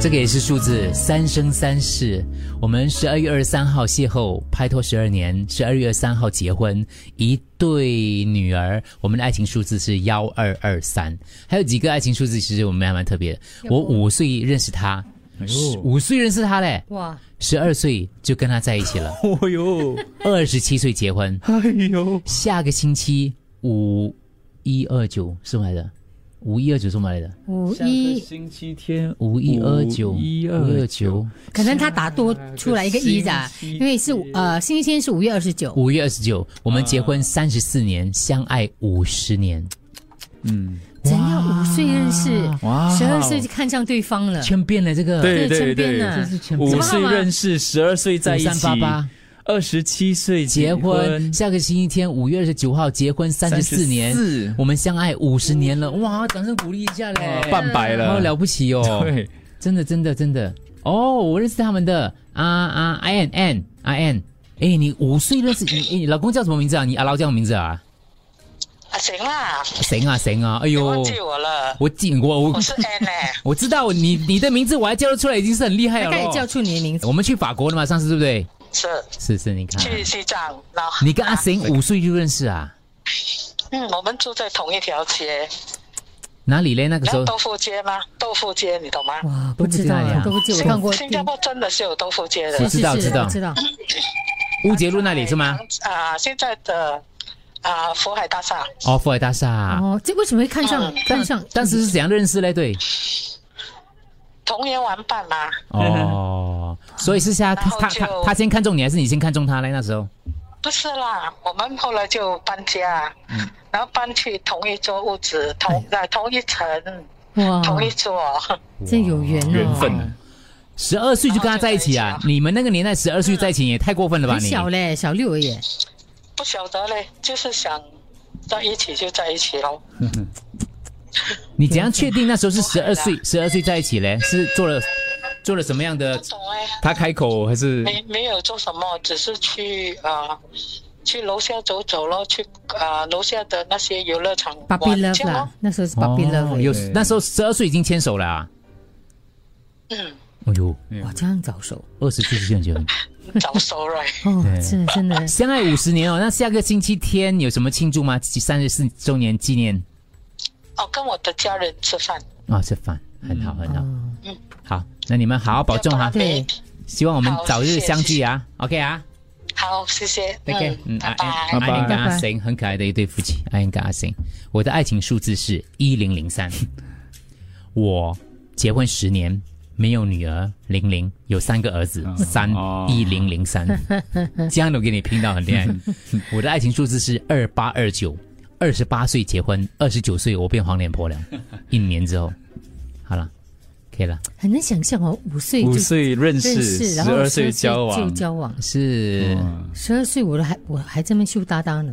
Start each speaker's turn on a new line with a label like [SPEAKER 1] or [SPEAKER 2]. [SPEAKER 1] 这个也是数字三生三世。我们十二月二十三号邂逅，拍拖十二年，十二月三号结婚，一对女儿。我们的爱情数字是幺二二三，还有几个爱情数字其实我们还蛮特别的。我五岁认识他，五岁认识他嘞，
[SPEAKER 2] 哇，
[SPEAKER 1] 十二岁就跟他在一起了，
[SPEAKER 3] 哦呦，
[SPEAKER 1] 二十七岁结婚。
[SPEAKER 3] 哎呦，
[SPEAKER 1] 下个星期五一二九是什么来的？五一二九是什么来的？
[SPEAKER 2] 五
[SPEAKER 3] 下个
[SPEAKER 2] 一，
[SPEAKER 3] 星期天
[SPEAKER 1] 五一二九，
[SPEAKER 3] 5129，
[SPEAKER 2] 可能他打多出来一个一的，
[SPEAKER 3] 下个星期
[SPEAKER 2] 因为是五呃，星期天是五月二十九，
[SPEAKER 1] 五月二十九，我们结
[SPEAKER 3] 啊
[SPEAKER 1] 婚三十四年，相爱五十年，
[SPEAKER 3] 嗯，
[SPEAKER 2] 怎样五岁认识，
[SPEAKER 3] 哇
[SPEAKER 2] 十二岁就看上对方了，
[SPEAKER 1] 全变了这个。
[SPEAKER 3] 啊对
[SPEAKER 2] 这
[SPEAKER 3] 对
[SPEAKER 2] 是千变啊
[SPEAKER 3] 对，
[SPEAKER 2] 呢
[SPEAKER 1] 这是千变
[SPEAKER 3] 五岁认识，十二岁在一起，
[SPEAKER 1] 5388
[SPEAKER 3] 二十七岁
[SPEAKER 1] 结
[SPEAKER 3] 婚
[SPEAKER 1] 婚，，下个星期天五月二十九号结婚三十四年，
[SPEAKER 3] 34
[SPEAKER 1] 我们相爱五十年了，哇！掌声鼓励一下嘞，
[SPEAKER 3] 哦半百
[SPEAKER 1] 哎好
[SPEAKER 3] 了，
[SPEAKER 1] 了不起哦，
[SPEAKER 3] 对，
[SPEAKER 1] 真的真的真的哦，我认识他们的啊啊，I N N I N，哎，你五岁认识你，哎，你老公叫什么名字啊？你阿捞叫什么名字啊？
[SPEAKER 4] 啊，行啦，
[SPEAKER 1] 行啊行啊，哎
[SPEAKER 4] 你
[SPEAKER 1] 呦，
[SPEAKER 4] 忘记我了，
[SPEAKER 1] 我记我我
[SPEAKER 4] 我 是 N 呢、
[SPEAKER 1] 我知道你你的名字我还叫得出来，已经是很厉害了
[SPEAKER 2] 大概
[SPEAKER 1] 咯。
[SPEAKER 2] 也叫出你的名字，
[SPEAKER 1] 我们去法国了嘛？上次对不对？
[SPEAKER 4] 是
[SPEAKER 1] 是是，你看，啊
[SPEAKER 4] 去西藏，然后
[SPEAKER 1] 你跟阿行五岁就认识啊？
[SPEAKER 4] 嗯，我们住在同一条街，
[SPEAKER 1] 哪里嘞？那个
[SPEAKER 4] 然
[SPEAKER 1] 时
[SPEAKER 4] 后
[SPEAKER 1] 候
[SPEAKER 4] 豆腐街吗？豆腐街，你懂吗？
[SPEAKER 1] 哦
[SPEAKER 2] 哇，不知道
[SPEAKER 1] 都不知道呀
[SPEAKER 2] 啊，都不记，我看过，
[SPEAKER 4] 新加坡真的是有豆腐街的
[SPEAKER 1] 我，知道
[SPEAKER 2] 是是
[SPEAKER 1] 知道
[SPEAKER 2] 我知道，
[SPEAKER 1] 乌节路那里是吗？
[SPEAKER 4] 在？啊，现在的啊福海大厦，
[SPEAKER 1] 哦，富海大厦。
[SPEAKER 2] 哦，这为什么会看上
[SPEAKER 4] 嗯
[SPEAKER 2] 看上？
[SPEAKER 1] 当时是怎样认识嘞？ 对，
[SPEAKER 4] 童年玩伴嘛，
[SPEAKER 1] 哦，所以是下
[SPEAKER 4] 然后
[SPEAKER 1] 他
[SPEAKER 4] 就
[SPEAKER 1] 他他先看中你，还是你先看中他嘞？那时候，
[SPEAKER 4] 不是啦，我们后来就搬家，
[SPEAKER 1] 嗯
[SPEAKER 4] 然后搬去同一座屋子，
[SPEAKER 1] 哎
[SPEAKER 4] 同在同一层，
[SPEAKER 1] 哦
[SPEAKER 2] 哇，
[SPEAKER 4] 同一座，
[SPEAKER 2] 真有缘哦，
[SPEAKER 3] 缘分啊，
[SPEAKER 1] 十二岁就跟他在一起
[SPEAKER 4] 然
[SPEAKER 1] 啊
[SPEAKER 4] 后就在一？起
[SPEAKER 1] 你们那个年代十二岁在一起也太过分了吧？
[SPEAKER 2] 很
[SPEAKER 1] 你
[SPEAKER 2] 嗯小嘞，小六而已，
[SPEAKER 4] 不晓得嘞，就是想在一起就在一起喽。
[SPEAKER 1] 你怎样确定那时候是十二岁？十二岁在一起嘞？是做了做了什么样的
[SPEAKER 4] 不？懂哎，
[SPEAKER 3] 他开口还是
[SPEAKER 4] 没没有做什么，只是去啊、呃去楼下走走咯，去啊、呃楼下的那些游乐场
[SPEAKER 2] 芭比
[SPEAKER 4] 玩
[SPEAKER 2] love
[SPEAKER 4] 这样咯
[SPEAKER 2] 啦， 那时候是芭比 love，而已
[SPEAKER 1] 哦有
[SPEAKER 3] 对
[SPEAKER 1] 那时候十二岁已经牵手了啊？
[SPEAKER 4] 嗯，
[SPEAKER 1] 哎呦，
[SPEAKER 2] 哇，这样早熟
[SPEAKER 1] 二十岁就这样觉得。
[SPEAKER 4] 早熟了。
[SPEAKER 2] 哦
[SPEAKER 1] 对，
[SPEAKER 2] 真的真的，
[SPEAKER 1] 相爱五十年哦，那下个星期天有什么庆祝吗？三十四周年纪念
[SPEAKER 4] 哦，跟我的家人吃饭，
[SPEAKER 1] 啊、吃饭很好很好。
[SPEAKER 2] 哦
[SPEAKER 1] 好，那你们好好保重啊哈、
[SPEAKER 4] 嗯要不然没
[SPEAKER 2] 对
[SPEAKER 1] 希望我们
[SPEAKER 4] 好
[SPEAKER 1] 早日
[SPEAKER 4] 谢谢
[SPEAKER 1] 相聚啊。OK 啊，
[SPEAKER 4] 好，谢谢，
[SPEAKER 1] 再见。
[SPEAKER 4] 嗯，拜拜。
[SPEAKER 1] 阿恩跟
[SPEAKER 3] 拜
[SPEAKER 1] 阿
[SPEAKER 2] 拜
[SPEAKER 1] 星很可爱的一对夫妻，阿恩跟阿星。我的爱情数字是一零零三，我结婚十年。没有女儿，零零有三个儿子，
[SPEAKER 4] 嗯
[SPEAKER 1] 三
[SPEAKER 3] 哦
[SPEAKER 1] 一零零 三，这样都给你拼到很厉害。我的爱情数字是二八二九，二十八岁结婚，二十九岁我变黄脸婆了，一年之后，好了，可以了。
[SPEAKER 2] 很难想象哦，五岁
[SPEAKER 3] 五
[SPEAKER 2] 就
[SPEAKER 3] 岁认
[SPEAKER 2] 认
[SPEAKER 3] 识，
[SPEAKER 2] 识，然
[SPEAKER 3] 十
[SPEAKER 2] 后
[SPEAKER 3] 二
[SPEAKER 2] 12
[SPEAKER 3] 岁交
[SPEAKER 2] 就
[SPEAKER 3] 往？
[SPEAKER 2] 交往，
[SPEAKER 1] 是
[SPEAKER 4] 嗯
[SPEAKER 2] 十二岁我都还我还在那边羞答答呢，